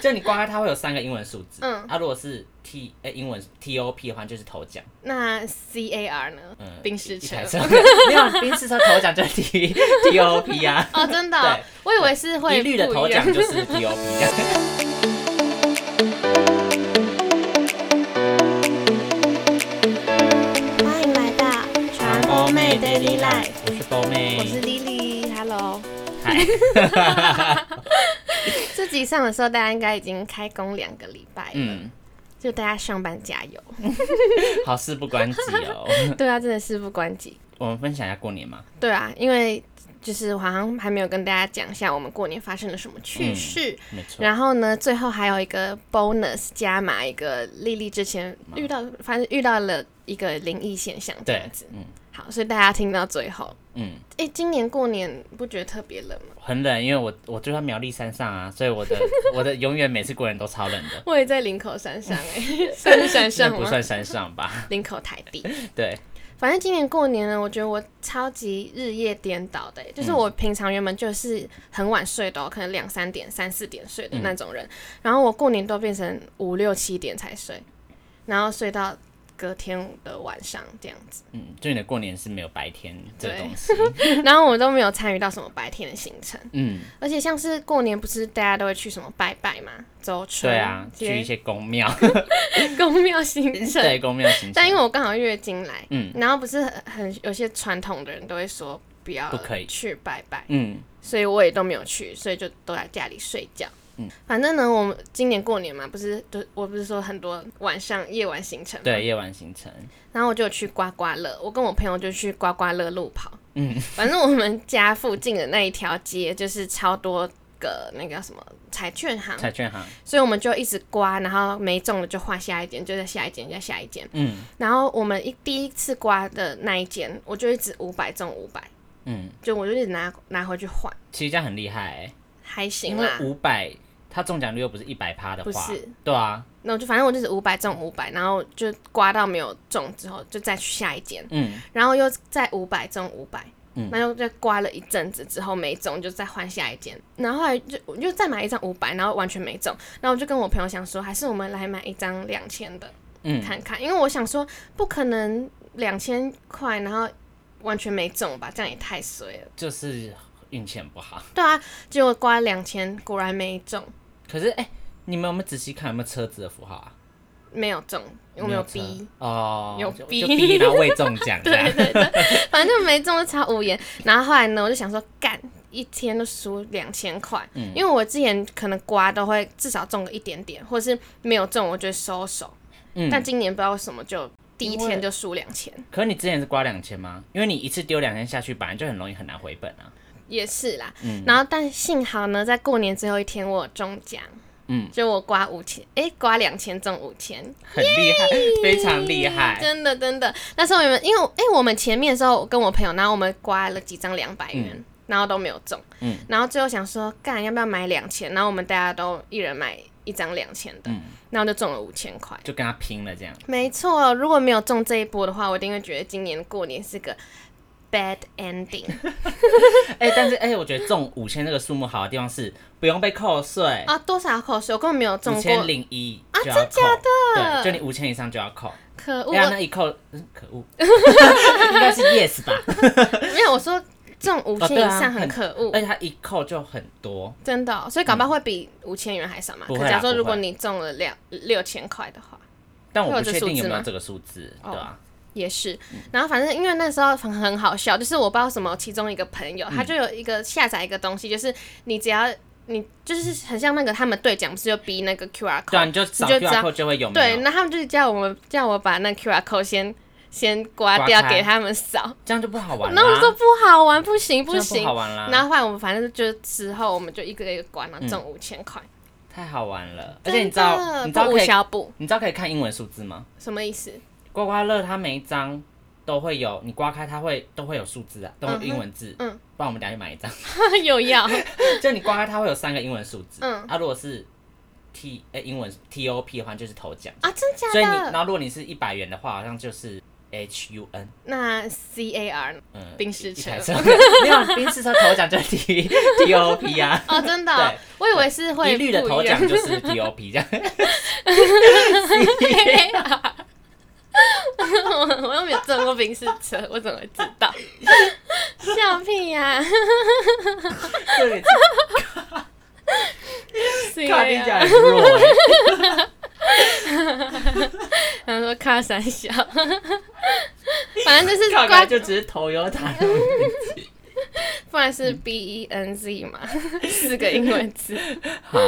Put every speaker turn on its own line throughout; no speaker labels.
就你刮开它会有三个英文数字，
嗯
啊，如果是 T 哎、英文 T O P 的话，就是头奖，
那 C A R 呢？
嗯，
冰室车
一台车 没有冰室车头奖就是 T T O P 啊，
哦，真的哦、
对
我以为是会
一律的
不
头
样
奖就是 T O P 这样。
欢迎来到传播妹 Daily Life，
啊我是包妹，
我是 Lily，Hello。
嗨，
这集上的时候，大家应该已经开工两个礼拜了，
嗯，
就大家上班加油。
好事不关己哦。
对啊，真的事不关己。
我们分享一下过年嘛，
对啊，因为就是我好像还没有跟大家讲一下我们过年发生了什么趣事。
嗯没错，
然后呢，最后还有一个 bonus 加码一个丽丽之前遇到，反正遇到了一个灵异现象这
嗯对
样子。，
嗯
好，所以大家听到最后，
嗯，
哎、今年过年不觉得特别冷吗？
很冷，因为我我住在苗栗山上啊，所以我的 我的永远每次过年都超冷的，
我也在林口山上、 哎，算是山
那
上
不
吗？
算山上吧？
林口台地，
对，
反正今年过年呢，我觉得我超级日夜颠倒的、哎就是我平常原本就是很晚睡的、哦，可能两三点、三四点睡的那种人，然后我过年都变成五六七点才睡，然后睡到隔天的晚上这样子，
嗯，就你的过年是没有白天这
对
东西，
然后我都没有参与到什么白天的行程，
嗯，
而且像是过年不是大家都会去什么拜拜嘛，走春
对啊，去一
街、
些宫庙，
宫庙行 程，
对，宫庙行程
但，因为我刚好月经来，
嗯
然后不是很很有些传统的人都会说不要
不可以
去拜拜，
嗯，
所以我也都没有去，所以就都在家里睡觉。
嗯
反正呢，我们今年过年嘛，不是就我不是说很多晚上夜晚行程，，
对，夜晚行程，
然后我就有去刮刮乐，我跟我朋友就去刮刮乐路跑，
嗯，
反正我们家附近的那一条街就是超多个那个叫什么彩券行，
彩券行，
所以我们就一直刮，然后没中了就换下一间，就在下一间，再下一间。
嗯
然后我们一第一次刮的那一间，我就一直五百中五百，
嗯，
就我就一直拿拿回去换，
其实这样很厉害、欸，
还行
因为
啦。
五百，它中奖率又不是一百趴的
啊不
话，
是
对啊，
那我就反正我就是五百中五百，然后就刮到没有中之后，就再去下一间，
嗯，
然后又再五百中五百
嗯。
那又再刮了一阵子之后没中，就再换下一间，然后后来就我就再买一张五百，然后完全没中，然后我就跟我朋友想说，还是我们来买一张两千的
嗯
看看，因为我想说不可能两千块，然后完全没中吧，这样也太衰了。
就是运气很不好。
对啊，结果刮两千，果然没中，
可是哎、欸你们有没有仔细看有没有车子的符号啊？
没有中，我没有
车
B，
哦，
有
就
B
就 B，然后未中奖这
对
样。
对对，反正就没中，就超无言。然后后来呢，我就想说，干一天都输两千块，
嗯
因为我之前可能刮都会至少中个一点点，或是没有中，我就会收手。
嗯
但今年不知道为什么就第一
因为
天就输两千，
可是你之前是刮两千吗？因为你一次丢两千下去，本来就很容易很难回本啊。
也是啦。
嗯
然后但幸好呢，在过年最后一天我有中奖，
嗯，
就我刮五千，诶，刮两千中五千，
很厉害，非常厉害。
真的真的。那时候你们因为哎、我们前面的时候我跟我朋友，然后我们刮了几张两百元。然后都没有中，
嗯
然后最后想说，干要不要买两千？然后我们大家都一人买一张两千的，
嗯
然后就中了五千块。
就跟他拼了这样。
没错，如果没有中这一波的话，我一定会觉得今年过年是个 bad ending。
哎、但是哎、我觉得中五千这个数目好的地方是不用被扣税，
啊，多少口水？我根本没有中
五千
过，啊
零一就要扣。
的
对，就你五千以上就要扣。
可恶！
对啊，那
我
一扣，嗯，可 恶，应该是 yes 吧？
没有，我说中五千
哦对
以
啊
上很
很
可恶。
而且它一扣就很多。
真的哦、所以搞不好会比五千元还少嘛。
不
可
会啊
假如说，
不
如果
会
你中了两六千块的话，
但我
会有
不
这
确
数
定有
字
没有
吗
这个数字，
哦
对啊吧？
也是。然后反正因为那时候很很好笑，就是我不知道什么，其中一个朋友
嗯
他就有一个下载一个东西，就是你只要你就是很像那个他们兑奖不是就逼那个 QR
对啊，
code，
你就扫
你就知
QR
道
code 就会有哦没
对，
有，
那他们就是叫我们叫我把那 QR code 先先刮
刮
掉
开
给他们扫，
这样就不好玩啦。
然后我说不好玩，不行
这
不
样不
行
好。玩啊啦，
然后后来我们反正就之后我们就一个一个刮，然后
嗯
中五千块，
太好玩了。而
真
且你知道，
的
你知道
不无
可以，
小补，
你知道可以看英文数字吗？
什么意思？
刮刮乐它每一张都会有，你刮开它会都会有数字啊，都会有
嗯哼
英文字。
嗯
不然我们等下去买一张。
有要，
就你刮开它会有三个英文数字，
嗯
啊，如果是 T 哎英文 T O P 的话就是头奖。
啊，真假
所以你，
的？
然后如果你是一百元的话，好像就是 H U N，
那 C A R 呢
嗯，
冰室车
一台车没有冰室车头奖就是 T T O P 啊，
哦，真的哦
对，
我以为是 会
一律的
不
头
样
奖就是 T O P 这样。
我又没有坐过宾士车，我怎么会知 道？笑屁 呀、
对，
是
卡丁
啊
奖很弱欸。
他说卡三小， 反正 就是
靠
挂
开，就只是头油塔，
不然是 B E N Z 嘛， 四个英文字。
好，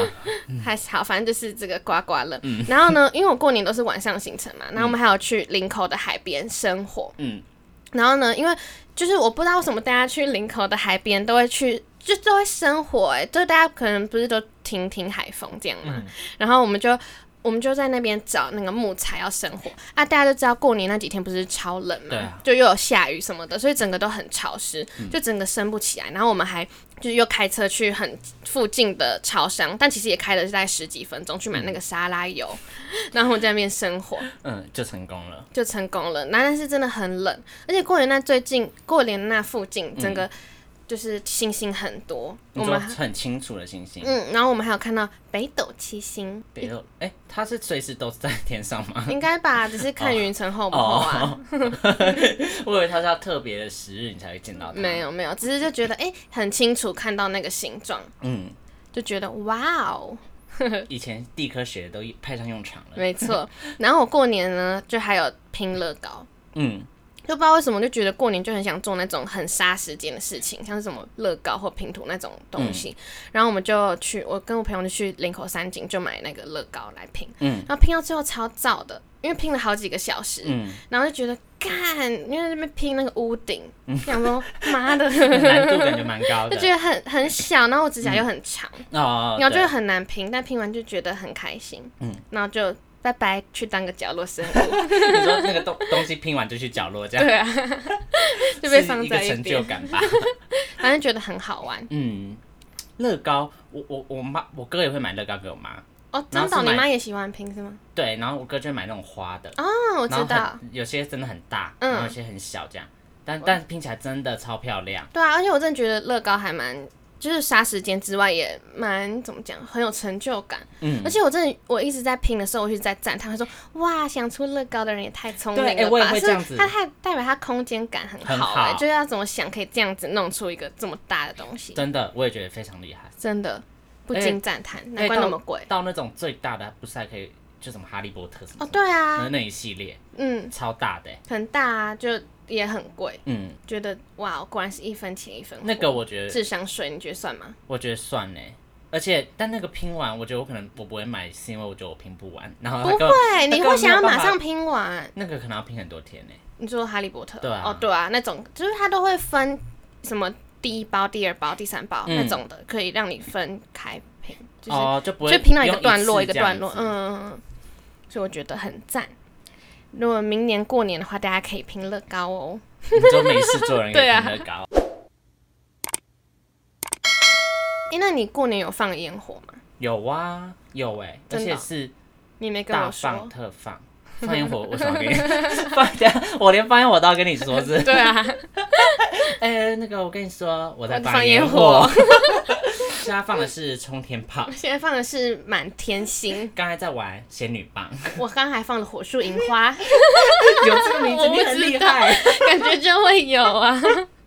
还好，反正就是这个刮刮乐。然后呢，因为我过年都是晚上行程嘛，然后我们还有去林口的海边生活。
嗯，
然后呢，因为就是我不知道为什么大家去林口的海边都会去，就都会生火、欸，哎，就大家可能不是都听听海风这样嘛。
嗯
然后我们就我们就在那边找那个木材要生火啊，大家都知道过年那几天不是超冷嘛，
对啊嗯
就又有下雨什么的，所以整个都很潮湿，就整个升不起来。然后我们还就是又开车去很附近的超商，但其实也开了大概十几分钟去买那个沙拉油， 然后我们在那边生火。
嗯，就成功了。
就成功了。那但是真的很冷，而且过年那最近过年那附近整个就是星星很多，
嗯你
我
说
们还
很清楚的星星，
嗯，然后我们还有看到北斗七星，
北斗，哎，它是随时都在天上吗？
应该吧，只是看云层厚不厚啊。
哦，我以为它是要特别的时日你才会见到它。
没，有没有，只是就觉得哎、很清楚看到那个形状，
嗯，
就觉得哇哦，
以前地科学都派上用场了。
没 错。然后我过年呢，就还有拼乐高，
嗯，
就不知道为什么就觉得过年就很想做那种很杀时间的事情，像是什么乐高或拼图那种东
嗯
西。然后我们就去，我跟我朋友就去林口三井就买那个乐高来拼，
嗯
然后拼到最后超燥的，因为拼了好几个小时，
嗯
然后就觉得干，因为那边拼那个屋顶，
嗯
想 说妈的，
难度感觉蛮高
嗯
的
就觉。得很很小，然后我指甲又很长，
嗯哦，
然后就
对
很难拼，但拼完就觉得很开心，
嗯
然后就拜拜去当个角 落生物，
你说那个东东西拼完就去角落，这样
对啊， 就被
是
放
一个
在一
成就
边，
感吧。
反正觉得很好玩。
嗯，乐高，我我我妈我哥也会买乐高给我妈，
哦，
然
真
后
的哦，
是
你
买
妈也喜欢拼是吗？
对，然后我哥就会买那种花的，
哦，我知
然后
道。
很有些真的很大，
嗯
然后有些很小这样，但但拼起来真的超漂亮。
对啊，而且我真的觉得乐高还蛮，就是杀时间之外也蛮怎么讲，很有成就感。
嗯
而且我真的我一直在拼的时候，我一直在赞叹，他说哇，想出乐高的人也太聪明
对哎
了
我也
吧！
会
是
这样子
他太代表他空间感很
很
好、
好
哎，就是要怎么想可以这样子弄出一个这么大的东西，
真的，我也觉得非常厉害。
真的不
哎
禁赞叹，难怪那么贵。
到那种最大的，不是还可以就什么哈利波特什么
哦，对
的
啊，
那一系列
嗯，
超大的欸、
很大啊，就也很贵，
嗯，
觉得哇，果然是一分钱一分货。
那个我觉得
智商税，你觉得算吗？
我觉得算呢、而且，但那个拼完，我觉得我可能我不会买，是因为我觉得我拼不完，然后
不
它根本那
会，你
根本
会想
没
要
有办
马
法
上拼完。
那个可能要拼很多天呢、欸
你说《哈利波特》
对啊
哦，对啊，那种就是它都会分什么第一包、第二包、第三包、
嗯
那种的，可以让你分开拼，就是、
哦，就不会
就拼到一个
用
段落
次
一个
这样
段落，
子
嗯，嗯嗯，所以我觉得很赞。如果明年过年的话，大家可以拼乐高哦。
你就没事做 人也
对啊
拼乐高。
哎、那你过年有放烟火吗？
有啊，有哎、而
真的
且
哦
是
你没跟
大
我
放
说。
特放，放烟火，我想跟你放下，我连放烟火都要跟你说是，
对啊，
哎、那个我跟哦你说，我在
我在放
烟
烟火，
他放的 是冲天炮
我，现在放的是满天星，
刚才在玩仙女棒，
我刚还放了火树银花，
有这个名字
我不
你很
知
厉
道
害，
感觉就会有啊。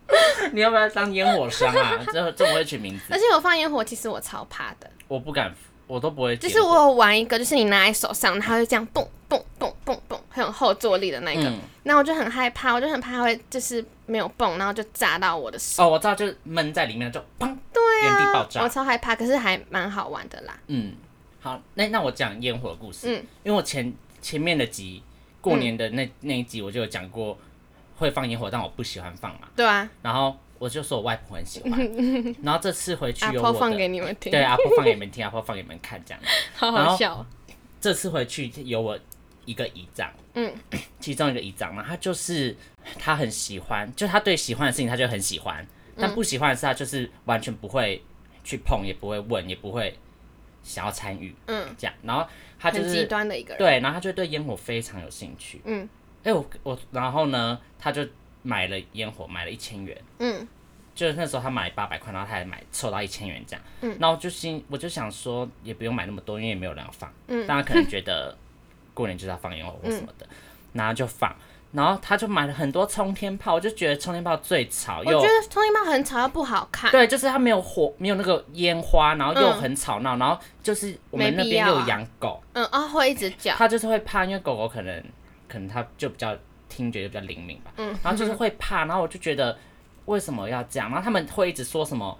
你要不要当烟火商啊？这这不会取名字
而，且我放烟火，其实我超怕的。
我不敢，我都不会接。
就是我有玩一个，就是你拿在手上，然后就这样蹦蹦蹦蹦蹦，很有后坐力的那个。
嗯，
那、我就很害怕，我就很怕它会就是没有蹦，然后就炸到我的手。
哦，我知道，就是闷在里面就砰，
对
原地爆
啊，
炸
我超害怕，可是还蛮好玩的啦。
嗯，好，那那我讲烟火的故事，
嗯
因为我前前面的集过年的那、那一集我就有讲过会放烟火，但我不喜欢放嘛，
对啊，
然后我就说我外婆很喜 欢，然后这次回去
阿
有
婆
我
啊放
的，
给你们听，
对，阿婆放给你们听，阿婆放给你们看这样，
好
然
好
后
笑哦。
这次回去有我一个姨丈，
嗯，
其中一个姨丈嘛，他就是他很喜欢，就他对喜欢的事情他就很喜欢，
嗯
但不喜欢的事他就是完全不会去碰，也不会问，也不会想要参与，
嗯，
这样，然后他就
很极
是
端的一个人。
对，然后他就对烟火非常有兴趣，
嗯，
哎、我我然后呢，他就买了烟火，买了一千元，
嗯，
就是那时候他买八百块，然后他还买凑到一千元这样，嗯，然后我就心我就想说也不用买那么多，因为也没有人要放，嗯，大家可能觉得过年就是要放烟火或什么的，
嗯
然后就放，然后他就买了很多冲天炮，我就觉得冲天炮最吵
我
又
觉得冲天炮很吵又不好看，
对，就是它没有火，没有那个烟花，然后又
嗯
很吵闹，然后就是我
没
们那
必
边
要
又有
啊
养狗，
嗯啊会一直 叫，
它就是会怕，因为狗狗可能可能它就比较听觉就比较灵敏吧，
嗯
然后就是会怕，然后我就觉得为什么要这样？然后他们会一直说什么，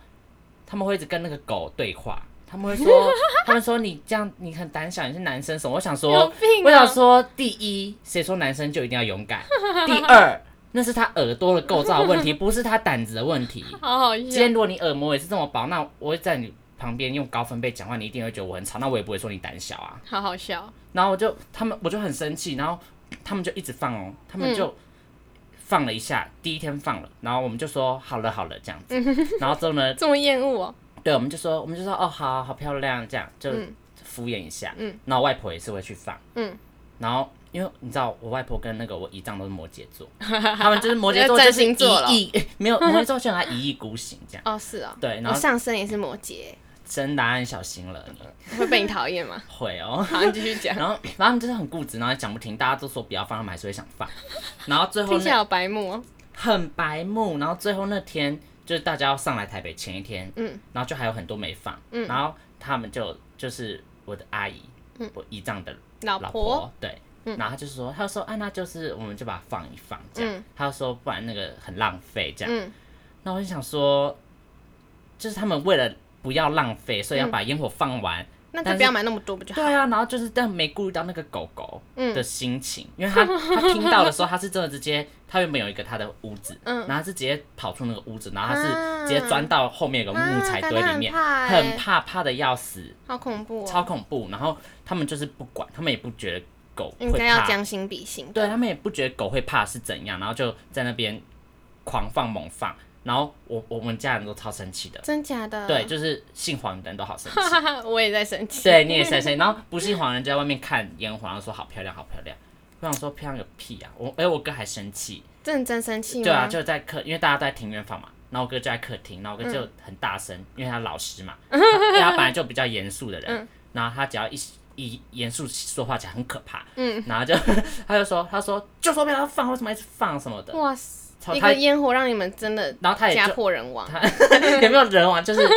他们会一直跟那个狗对话，他们会 说，他们说你这样你很胆小，你是男生什么？我想
有
说，
病
我
啊
想！说，第一，谁说男生就一定要勇敢？ 第二，那是他耳朵的构造的问题，不是他胆子的问题。
好好
今天
笑，
如果你耳膜也是这么薄，那我会在你旁边用高分贝讲话，你一定会觉得我很吵，那我也不会说你胆小啊。
好好笑，
然后我就他们我就很生气，然后他们就一直放哦，他们
嗯
就放了一下，第一天放了，然后我们就说好了好了这样 子，然后之后呢，
这么厌恶哦，
对，我们就说我们就说哦好好漂亮这样，就敷衍一下，嗯，然后外婆也是会去放，
嗯，
然后。因为你知道，我外婆跟那个我姨丈都是摩羯 座，他们就是摩羯
直
座就
接占
是
星座了
一意， 没 有摩羯座就很爱一意孤行这样。
哦是哦，
对，然
我
后
上身也是摩羯，
真答案小心了，你
会被你讨厌吗？
会哦。
好，你继续讲，
然后，然后他们就是很固执，然后讲不听，大家都说不要放，他们还是会想放。然后最后
听起来
那
好白目哦，
很白目，然后最后那天就是大家要上来台北前一天，
嗯，
然后就还有很多没放，嗯，然后他们就就是我的阿姨，嗯，我姨丈的
老
老
婆，嗯
对，然后他就说，他就说啊，那就是我们就把它放一放这样，
嗯
他就说不然那个很浪费这样，
嗯，
那我就想说，就是他们为了不要浪费，所以
嗯
要把烟火放完，
那
但
就是不要买那么多不就好？嗯
对啊，然后就是但没顾虑到那个狗狗的心情，因为 他他听到的时候，他是真的直接，他原本有一个他的屋子，
嗯
然后他是直接跑出那个屋子，然后他
啊
是直接钻到后面有个木材堆里面，
啊但他
很
怕欸，
怕怕的要死，
好恐怖
超
哦，
恐怖。然后他们就是不管，他们也不觉得狗
应
会
该要
怕，
将心比心，
对他们也不觉得狗会怕是怎样，然后就在那边狂放猛放，然后我我们家人都超生气的，
真假的？
对，，就是姓黄的人都好 生气。
哈哈，我也在生 气，
对，你也晒晒，然后不信黄人就在外面看烟火，然后说好漂亮，好漂亮。我想说漂亮个屁啊！我哎、我哥还生气，
真的真生气吗？
对啊，就在客，因为大家都在庭院放嘛，然后我哥就在客厅，然后我哥
嗯
就很大声，因为他老师 嘛，他因为他本来就比较严肃的人，
嗯
然后他只要一一严肃说话起来很可怕，嗯，然后就 他就说他说就说不要放，为什么一直放什么的，
哇塞，
操
一
他
个，烟火让你们真的
然后他也
家
就
破人亡，
他也 没有人玩，就是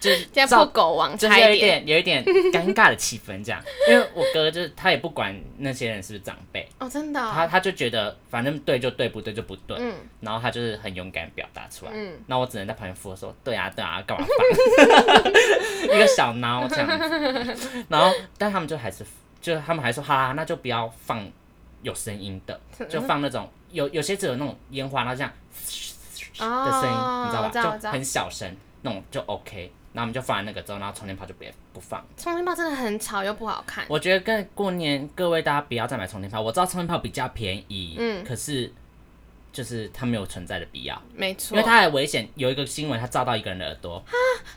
就是
家
照
破狗 亡，
就
差
是有
一
一
点，
点有一点尴尬的气氛这样，因为我哥就是他也不管那些人是不是长辈，
哦，真的哦，
他他就觉得反正对就对，不对就不对，
嗯
然后他就是很勇敢表达出来，
嗯
那我只能在旁边附和说对啊对啊，干嘛放 一个小孬 这样子，然后但他们就还是就是他们还说好啊啦，那就不要放有声音的，
嗯
就放那种有有些只有那种烟花，然后这样的声音，
哦，
你知道吧？
我知道，我知
就
道，
很小声那种就 OK。然后我们就放完那个之后，然后充电炮就别不放。
冲天炮真的很吵又不好看，
我觉得跟过年各位大家不要再买充电炮，我知道充电炮比较便宜，嗯，可是就是它没有存在的必要，
没错
因为，它还危险。有一个新闻，它照到一个人的耳朵，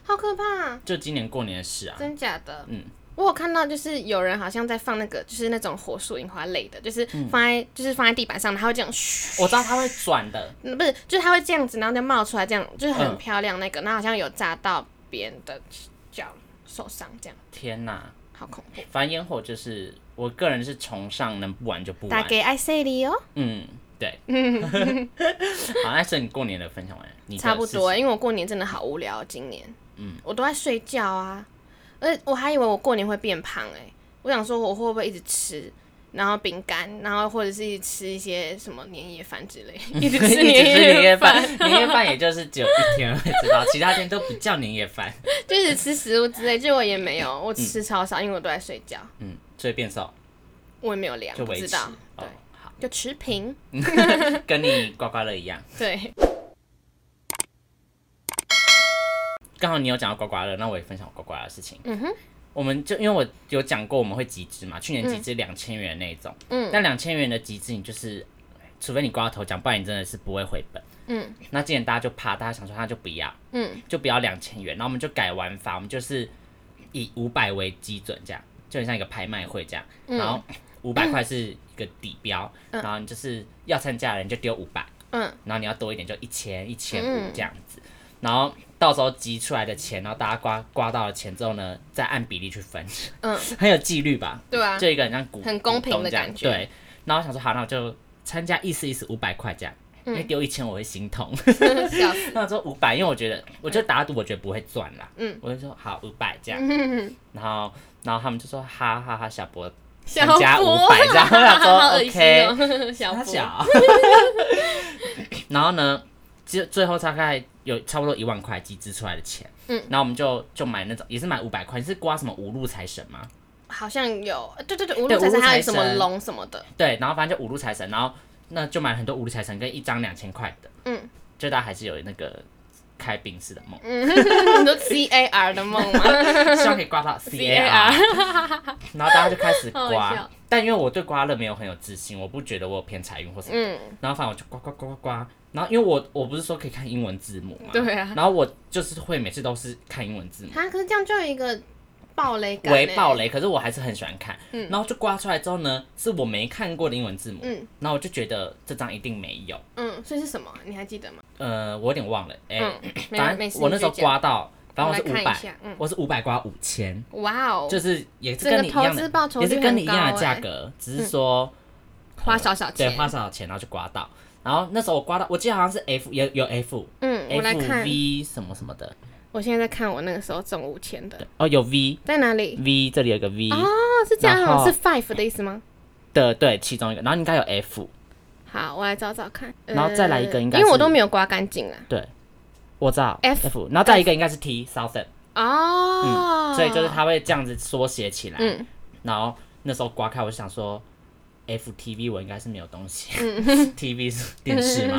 好可怕，
就今年过年的事啊。
真假的，
嗯。
我有看到，就是有人好像在放那个，就是那种火树银花类的，就是放在、就是放在地板上，然后这样嘘，
我知道它会转的，
嗯，不是，就是它会这样子，然后就冒出来，这样就是很
嗯
漂亮那个，然后好像有炸到别人的脚受伤，这样
天哪！
好恐怖。
反正烟火就是我个人是崇尚能不玩就不
打
玩，
给艾塞里哦，
嗯， 对。好，那是你过年的分享完了，你的
差不
事情
多欸，因为我过年真的好无聊，今年，嗯，我都在睡觉啊，而我还以为我过年会变胖哎、我想说我会不会一直吃。然后饼干，然后或者是一直吃一些什么年夜饭之 类，一直吃
一直吃
年
年
夜
夜
饭，
饭，年夜饭也就是只有一天会知道，其他天都不叫年夜饭。
就是吃食物之类，就我也没有，我吃超少，因为我都在睡觉，
嗯，所以变瘦
我也没有量，
就
不
维
知
持。
道，
哦
对，，
好，
就持平，
跟你刮刮乐一样。
对，
刚好你有讲到刮刮乐，那我也分享我刮刮乐的事情。
嗯哼，
我们就因为我有讲过我们会集资嘛，去年集资两千元那一种。
嗯，
但两千元的集资，你就是除非你刮到头奖，不然你真的是不会回本。
嗯
那今年大家就怕，大家想说那就不要，
嗯，
就不要两千元，然后我们就改玩
嗯
法，我们就是以五百为基准这样，就很像一个拍卖会这样。然后五百块是一个底标，然后你就是要参加的人就丢五百，
嗯，
然后你要多一点就一千、一千
嗯
五这样子，然后到时候集出来的钱，然后大家刮刮到了钱之后呢，再按比例去分，
嗯，
很有纪律吧？
对啊，
就一个很像股
很公平的
股东这样
感觉
对，然后我想说好，那我就参加意思意思五百块这样，
嗯
因为丢一千我会心痛。
笑死，
那我说五百，因为我觉得，我就打赌，我觉得不会赚啦。
嗯，
我就说好五百这样，然后然后他们就说哈哈哈，小博
小
参加
博
五百这样，我想说
好恶心
OK，
哦， 小
他
博，
小。 然后呢，就最后大概有差不多一万块集资出来的钱，
嗯，
然后我们就就买那种也是买五百块，你是刮什么五路财神吗？
好像有，对对对，无
对
路财
无
神
路
还
财
有什么
神
龙什么的，
对，然后反正就五路财神，然后那就买了很多五路财神跟一张两千块的，
嗯，
就大家还是有那个开宾士的梦。
很多 C A R 的梦 吗？
希望可以刮 到 C A R，
CAR
然后大家就开始
好好笑
刮，但因为我对刮乐没有很有自信，我不觉得我有偏财运或什么，
嗯，
然后反正我就刮刮刮刮刮，然后因为我我不是说可以看英文字母嘛，
对啊
然后我就是会每次都是看英文字母，
他可是这样就有一个暴雷感，欸
为暴，雷，可是我还是很喜欢看，然后就刮出来之后呢，是我没看过的英文字母，
嗯
然后我就觉得这张一定没有，
嗯，所以是什么？你还记得吗？
呃，我有点忘了，哎、
嗯，没
反
没
正
事，
我
你
那时候
继续讲，
刮到，反正我是
我来
五
看一
百
下嗯，
我是五百刮五千，
哇哦，
就是也是
整个
跟你一样
投
的
资报酬率
也是跟你一样
很高
的
欸
价格，只是说、
花少少
对
钱，
花少少钱，然后就刮到。然后那时候我刮到，我记得好像是 F 有有 F
嗯，我来
F
看，
V 什么什么的，
我现在在看我那个时候中五千的，
哦有 V
在哪里？
V 这里有个 V
哦，是这样
然
哦，
后
是 five 的意思吗？
的对其中一个，然后应该有 F，
好，我来找找看，呃
然后再来一个应该
因为我
是
都没有刮干净啊。
对，我知道
F
F，然后再一个应该是 T Southern，
哦，
所以就是它会这样子缩写起来。
嗯
然后那时候刮开，我就想说 F T V 我应该是没有东西、t
嗯
V 是电视 嘛，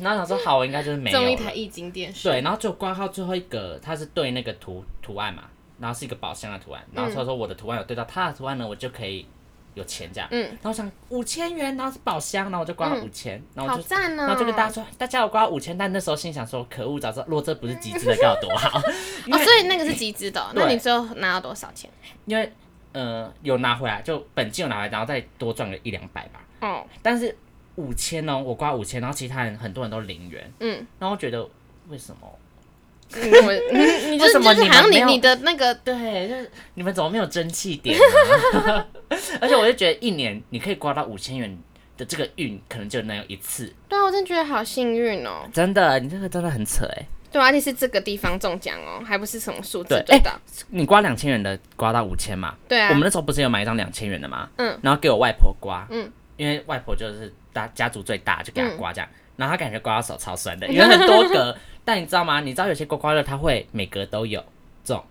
然后想说好，我应该就是没有
中一
了
台液晶电视，
对，然后就挂号最后一个，它是对那个图图案嘛，然后是一个宝箱的图案，
嗯
然后他说我的图案有对到他的图案呢，我就可以有钱这样。
嗯
然后我想五千元，然后是宝箱，然后我就刮了五千，然后
好
我就。
赞哦！
然后就跟大家说，大家有刮五千，但那时候心想说，可恶，早知道，如果这不是集资的，该有多好。 因
哦，
为、
所以那个是集 资的哦，那
对
你最后拿到多少钱？
因为呃有拿回来，就本金有拿回来，然后再多赚个一两百吧。
哦，
但是五千哦，我刮五千，然后其他人很多人都零元，
嗯，
然后我觉得为什么？
嗯我嗯 你就
为
是
什么
就是
你
好像
们
你
没有
你的那个
对，就是你们怎么没有争气点、 啊？而且我就觉得一年你可以刮到五千元的这个运，可能就能有一次。
对啊，我真的觉得好幸运哦。
真的，你这个真的很扯哎！
对啊，而且是这个地方中奖哦，还不是什么数字
对
对到。
你刮两千元的刮到五千嘛？
对啊，
我们那时候不是有买一张两千元的吗？
嗯，
然后给我外婆刮，
嗯，
因为外婆就是大家族最大，就给她刮这样。
嗯
然后她感觉刮到手超酸的，因为很多格。 但你知道吗？你知道有些刮刮乐它会每格都有中，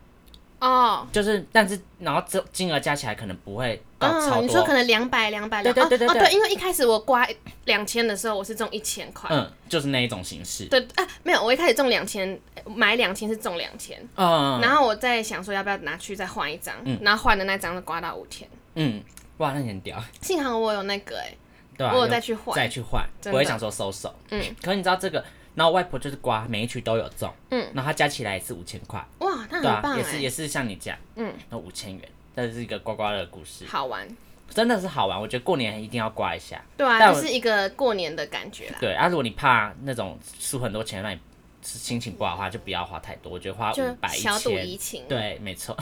哦，
就是但是然后这金额加起来可能不会到超多。
嗯，你说可能两百两百，
对对对对
哦哦
对
对，因为一开始我刮两千的时候，我是中一千块。
嗯，就是那一种形式。
对啊，没有，我一开始中两千，买两千是中两千，
嗯，
然后我在想说要不要拿去再换一张，然后换的那张就刮到五千，
嗯，哇，那你很屌，
幸好我有那个哎、
对吧、啊
我有
又
再去换
再去换，
真的
不会想说收手。
嗯，
可是你知道这个，然后我外婆就是刮，每一区都有中，
嗯，
然后她加起来也是五千块，
哇，那
对
很
啊，
棒
也
哎、
是也是像你这样，
嗯，
那五千元，这是一个刮刮乐的故事，
好玩，
真的是好玩，我觉得过年一定要刮一下。
对啊，
但我
就是一个过年的感觉啦，
对啊，如果你怕那种输很多钱让你心情不好的话，就不要花太多，我觉得花
就
五百一
小赌
千
怡。情，
对，没 错，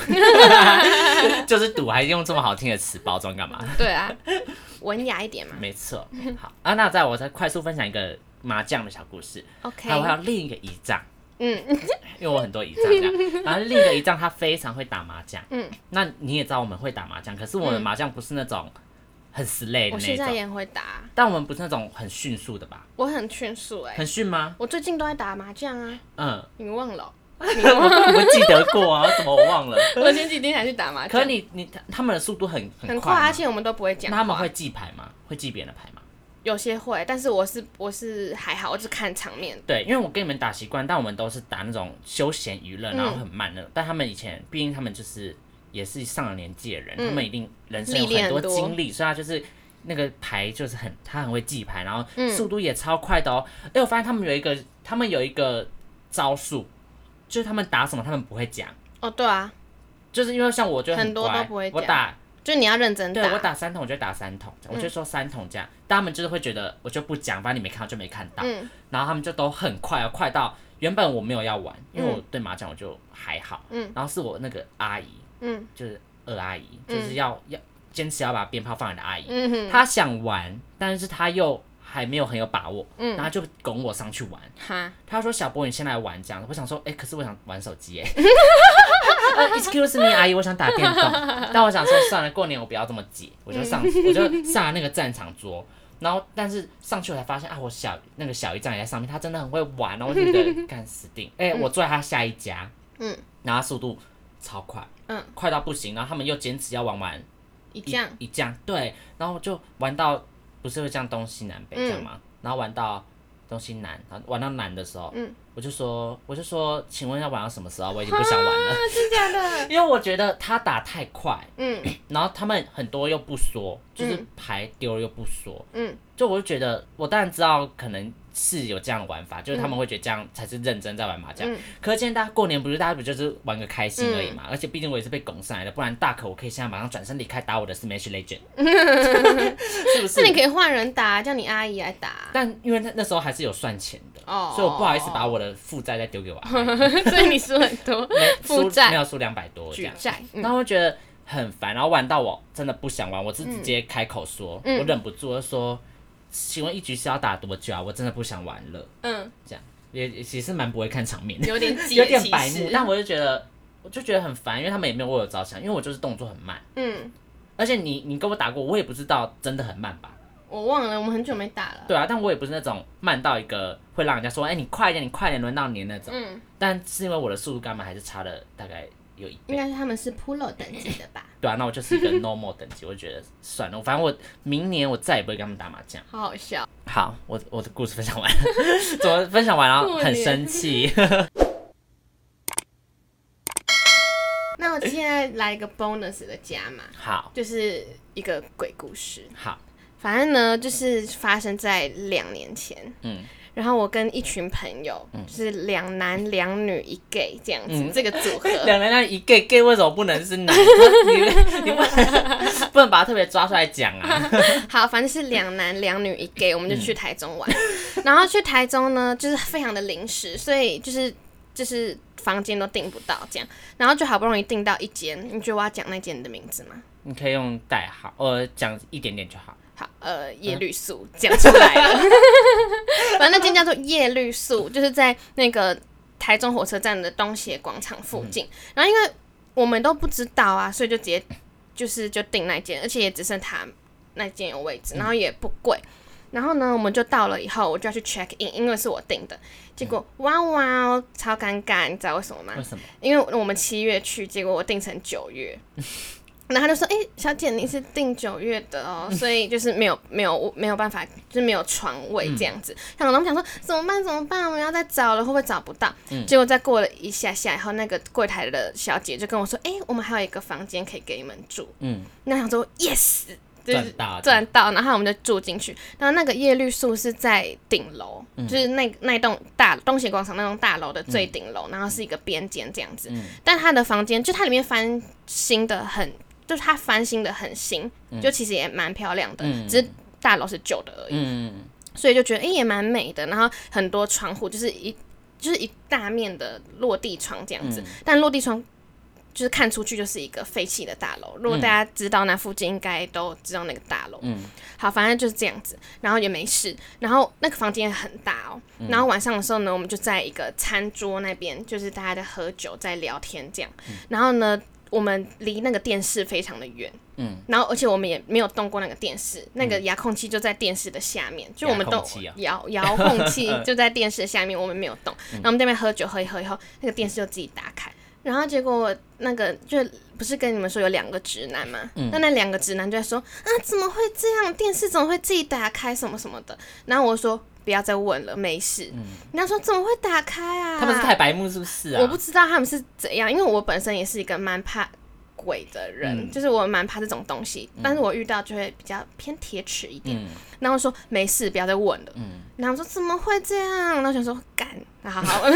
就是赌，还用这么好听的词包装干嘛？
对啊，文雅一点嘛
没错，好啊，那在我再快速分享一个麻将的小故 事，
，OK，
还有还有另一个姨丈，
嗯，
因为我很多姨丈这样，然后另一个姨丈他非常会打麻将，
嗯，
那你也知道我们会打麻将，可是我们麻将不是那种很 slay
我
的
现
哎那
在
种，
也很会打，
但我们不是那种很迅速的吧？
我很迅速哎、
很迅吗？
我最近都在打麻将啊，
嗯，
你忘了哦、
我根本不记得过啊，怎么我忘了？
我前几天才去打麻
可
将
是，你你他们的速度很
很
快
快，
吗
而且我们都不会讲
那
话，
他们会记牌吗？会记别人的牌吗？
有些会，但是我是我是还好，我只看场面。
对，因为我跟你们打习惯，但我们都是打那种休闲娱
嗯
乐，然后很慢那种。但他们以前，毕竟他们就是也是上了年纪的人，他们一定人生有
嗯历练
很多
很多
经历，所以他就是那个牌就是很，他很会记牌，然后速度也超快的哦。哎、我发现他们有一个，他们有一个招数，就是他们打什么他们不会讲，
哦，对啊，
就是因为像我就
很多
乖
都不会
我
讲
打
就你要认真
对我
打。
打三筒，我就打三筒，我就说三筒这样，但他们就是会觉得我就不讲，反正你没看到就没看到，
嗯
然后他们就都很快，快到原本我没有要玩，因为我对麻将我就还好，
嗯
然后是我那个阿姨，
嗯
就是二阿姨，
嗯
就是要、要坚持要把鞭炮放人的阿姨，
嗯哼，
她想玩，但是她又还没有很有把握，
嗯
然后就拱我上去玩，
哈，
他说：“小波，你先来玩这样。”我想说：“哎、可是我想玩手机哎、 呃 Excuse me，阿姨，我想打电动。但我想说，算了，过年我不要这么急，我就上，我就上了那个战场桌。然后，但是上去我才发现啊，我小那个小姨丈也在上面，她真的很会玩哦。然后我就觉得干死定。哎、我坐在她下一家，
嗯，
然后她速度超快，
嗯，
快到不行。然后他们又坚持要玩完
一
一
将，
一 将，对，然后就玩到不是会这样东西南北这
嗯
样吗？然后玩到东西南，然后玩到南的时候，
嗯
我就说我就说，请问要玩到什么时候？我已经不想玩了，
啊，真假的？
因为我觉得他打太快，
嗯
然后他们很多又不说，就是
嗯
牌丢了又不说，
嗯
就我就觉得，我当然知道可能是有这样的玩法，就是他们会觉得这样才是认真在玩麻将。
嗯
可是今天大家过年不是大家不就是玩个开心而已嘛？而且毕竟我也是被拱上来的，不然大可我可以现在马上转身离开，打我的 Smash Legend，是不
那你
是？
可以换人打，叫你阿姨来打。
但因为那那时候还是有算钱的，
哦，
所以我不好意思把我的负债再丢给我阿姨，
所以你输很多，哦负
输
债
没有输两百多这
举
样，
债。嗯
然后我觉得很烦，然后玩到我真的不想玩，我是直接开口说，
嗯
我忍不住就说，请问一局是要打多久啊？我真的不想玩了。
嗯，
这样也也其实蛮不会看场面的，
有点
有点白
解
目
其，
但我就觉得我就觉得很烦，因为他们也没有为我着想，因为我就是动作很慢，
嗯，
而且你你跟我打过，我也不知道真的很慢吧？
我忘了，我们很久没打了。
对啊，但我也不是那种慢到一个会让人家说，哎、你快一点，你快一点，轮到你的那种。
嗯，
但是因为我的速度干嘛还是差了大概有一
应
倍，
该是他们是 Pro 等级的吧？
对啊，那我就是一 个 normal 等级，我就觉得算了，反正我明年我再也不会跟他们打麻将。
好好笑。
好，我我的故事分享完了，怎么分享完然后
过
很
年
生气？
那我现在来一个 bonus 的加码，
好
就是一个鬼故事。
好，
反正呢，就是发生在两年前。
嗯
然后我跟一群朋友，就是两男两女一 gay 这样子，
嗯
这个 组合。
哎两人那一 gay gay 为什么不能是男？你你不 能不能把它特别抓出来讲啊？
好，反正是两男两女一 gay，我们就去台中玩。 然后去台中呢，就是非常的临时，所以就是就是房间都订不到这样。然后就好不容易订到一间，你觉得我要讲那间的名字吗？
你可以用代号，呃，讲一点点就好。
好，呃，叶绿素讲出来了，反正那间叫做叶绿素，就是在那个台中火车站的东协广场附近。然后因为我们都不知道啊，所以就直接就是就订那间，而且也只剩他那间有位置，然后也不贵。然后呢，我们就到了以后，我就要去 check in，因为是我订的。结果哇哇哦，超尴尬，你知道为什么吗
为？什么？
因为我们七月去，结果我订成九月，然后他就说：“哎、小姐，你是订九月的哦，所以就是没有没有没有办法，就是没有床位这样子。然后我们想说怎么办？怎么办？我们要再找了，会不会找不到？结果再过了一下下以后，那个柜台的小姐就跟我说：“哎、我们还有一个房间可以给你们住。”
嗯，
那想说 yes，就是
赚到了
赚到，然后我们就住进去。然后那个叶绿素是在顶楼，就是那那栋大东协广场那栋大楼的最顶楼，然后是一个边间这样子。但他的房间就它里面翻新的很，就是它翻新的很新，就其实也蛮漂亮的，
嗯
只是大楼是旧的而已，
嗯，
所以就觉得哎、诶也蛮美的。然后很多窗户就是一就是一大面的落地窗这样子，但落地窗。就是看出去就是一个废弃的大楼。如果大家知道那附近，应该都知道那个大楼。
嗯，
好，反正就是这样子，然后也没事。然后那个房间很大哦、然后晚上的时候呢，我们就在一个餐桌那边，就是大家在喝酒，在聊天这样。然后呢，我们离那个电视非常的远。
嗯，
然后而且我们也没有动过那个电视，那个遥控器就在电视的下面，就我们
遥
都
控器啊
遥遥控器就在电视的下面，我们没有动。
嗯
然后我们在那边喝酒，喝一喝以后，那个电视就自己打开。然后结果那个就不是跟你们说有两个直男嘛？
嗯
那那两个直男就在说啊，怎么会这样？电视怎么会自己打开什么什么的？然后我就说不要再问了，没事。人家说怎么会打开啊？
他们是太白目是不是啊？
我不知道他们是怎样，因为我本身也是一个蛮怕鬼的人，就是我蛮怕这种东西，但是我遇到就会比较偏铁齿一点。
嗯
然后我说没事，不要再问了。然后我说怎么会这样？然后我想说干，好好好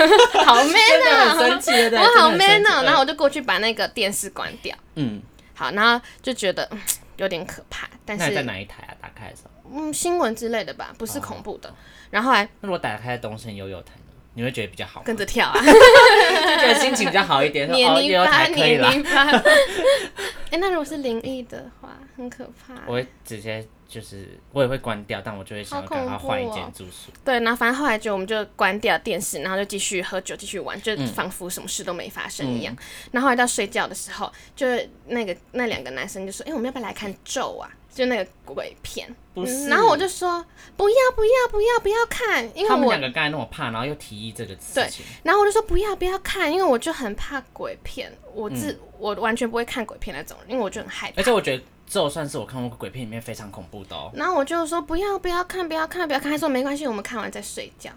嗯
man
真的很
啊、
生气，对不对？
我好
真的很
man
生
啊、
气
然后我就过去把那个电视关掉，
嗯，
好，然后就觉得嗯有点可怕，但
那你在
是
哪一台啊？打开的时候，
嗯，新闻之类的吧，不是恐怖的。然后后来
那如果打开的东森悠悠台呢？你会觉得比较好吗，
跟着跳啊，
就觉得心情比较好一 点。说
黏
哦，悠
泥
悠
巴，
台可以
黏
啦。
泥巴。哎，那如果是灵异的话，很可怕。
我会直接就是我也会关掉，但我就会想要
好恐
赶快换一
怖哦
间住宿。
对，然后反正后来就我们就关掉电视，然后就继续喝酒，继续玩，就
嗯
仿佛什么事都没发生一样。然后后来到睡觉的时候，就是那个那两个男生就说：“哎、我们要不要来看咒啊？”就那个鬼片。
不是
嗯然后我就说：“不要，不要，不要，不要看，因为
他们
我
两个刚才那么怕，然后又提议这个事
对
情，
然后我就说不要不要看，因为我就很怕鬼片，我自、
嗯
我完全不会看鬼片那种，因为我就很害怕
而。且我觉得咒算是我看过鬼片里面非常恐怖的哦。
然后我就说不要不要看不要看不要看，他说没关系，我们看完再睡觉。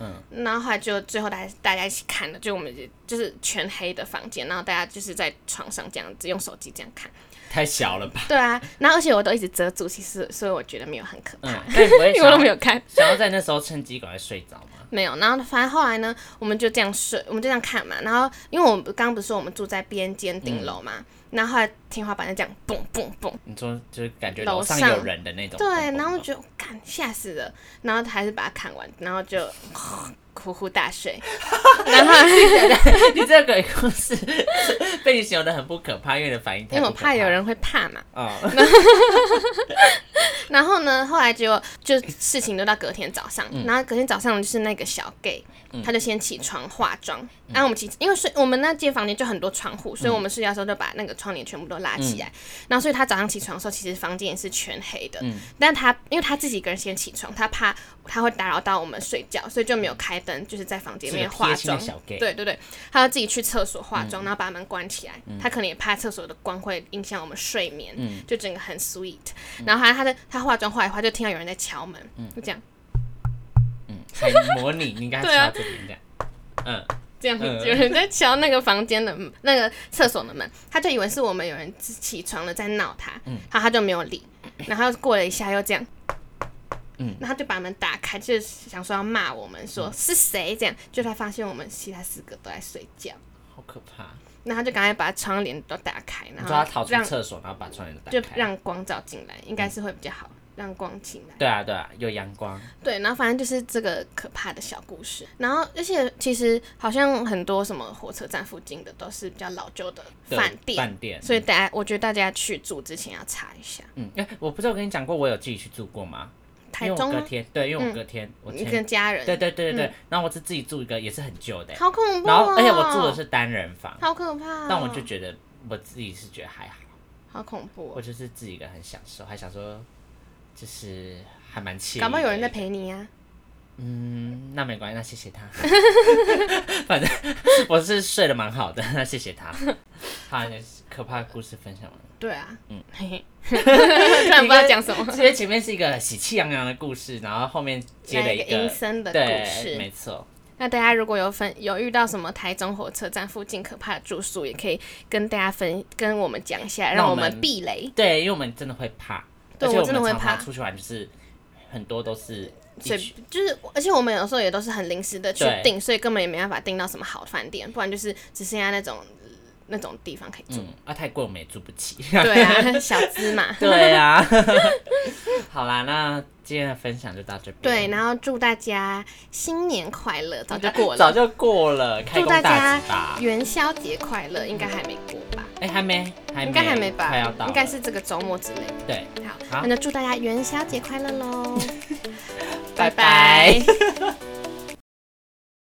嗯，
然后后来就最后大家大家一起看了，就我们就是全黑的房间，然后大家就是在床上这样子用手机这样看。
太小 了吧？
对啊，然后而且我都一直遮住，其实所以我觉得没有很可怕，
嗯，但你不会
因为我都
想
没
要
有看。
想要在那时候趁机赶快睡着吗？
没有，然后反正后来呢，我们就这样睡，我们就这样看嘛。然后因为我们刚刚不是说我们住在边间顶楼
嗯
嘛，然后后来天花板就这样蹦蹦蹦，
你说就是感觉
楼
楼上
上
有人的那种。
对，
咚咚
然后我
咚
觉得看吓死了，然后还是把它看完，然后就呼呼大睡，然后
你这个故事被你形容的很不可怕，因为你的反应太
因为我
不可
怕有人会怕嘛，
啊、
然后呢，后来结果就事情都到隔天早上，
嗯
然后隔天早上就是那个小 gay，、他就先起床化妆，然后我们起，因为睡我们那间房间就很多窗户，所以我们睡觉的时候就把那个窗帘全部都拉起来，
嗯
然后所以他早上起床的时候，其实房间也是全黑的，但他因为他自己一个人先起床，他怕他会打扰到我们睡觉，所以就没有开灯，就是在房间里面
是个贴
化
心的
妆
小嗯 gay，
对对对，他要自己去厕所化妆，然后把门关起来。
嗯
他可能也怕厕所的光会影响我们睡眠，就整个很 sweet。然后他他的他化妆化一化，就听到有人在敲门，就这样
嗯，很模拟，你应该
对啊
朝这边这样。嗯，
这样，
嗯
有人在敲那个房间的门那个厕所的门，他就以为是我们有人起床了在闹他，然后他就没有理。然后过了一下又这样。
嗯
然后他就把门打开，就是想说要骂我们说是谁这样，就他发现我们其他四个都在睡觉，
好可怕。
然后他就赶快把窗帘都打开，
你
然
说
后
他逃出
让
厕所，然后把窗帘打
就
开。嗯
让光照进来，应该是会比较好，让光进来。
对啊，对啊，有阳光。
对，然后反正就是这个可怕的小故事。然后，而且其实好像很多什么火车站附近的都是比较老旧的
对
饭店，
饭店。
所以大家我觉得大家去住之前要查一下。
嗯，哎、我不知道我跟你讲过，我有自己去住过吗？
台
因为我
中
隔
吗？
天，对，因为我隔天、我
你
前，
跟家人？
对对对对对，然后我是自己住一个，也是很旧的、欸
好恐怖、哦！
然后而且我住的是单人房，
好可怕、哦。
但我就觉得我自己是觉得还好，
好恐怖、
我
哦，
就是自己一个很享受，还想说就是还蛮惬意。
感冒有人在？陪你啊？
嗯，那没关系，那谢谢他。 反正我是睡得蛮好的，那谢谢他。好，可怕的故事分享完了。
对啊，嗯，嘿 嘿，突然不知道讲什么，
其实前面是一个喜气洋洋的故事，然后后面接了
来
一
一
个
个阴森的
对
故，事。
没错，
那大家如果有分有遇到什么台中火车站附近可怕的住宿，也可以跟大家分跟我们讲一下，
那
让
我
我
们
们避雷。
对，因为我们真的会怕，
对
而且
我真的
们
会
常常
怕
出去玩就是很多都是一
所
群
以就是，而且我们有时候也都是很临时的去
对
订，所以根本也没办法订到什么好饭店，不然就是只剩下那种那种地方可以住。
嗯，啊，太贵我们也住不起。
对啊，小资嘛。
对啊， 好啦，那今天的分享就到这边。
对，然后祝大家新年快乐，早就过
早
了。
就过了，开
祝
工
大家
吉吧。
元宵节快乐，应该还没过吧？
哎，还没，还没，
应该还没
快要
吧
到？了，
应该是这个周末之类的。
对，
好，
好
那就祝大家元宵节快乐喽！
拜拜。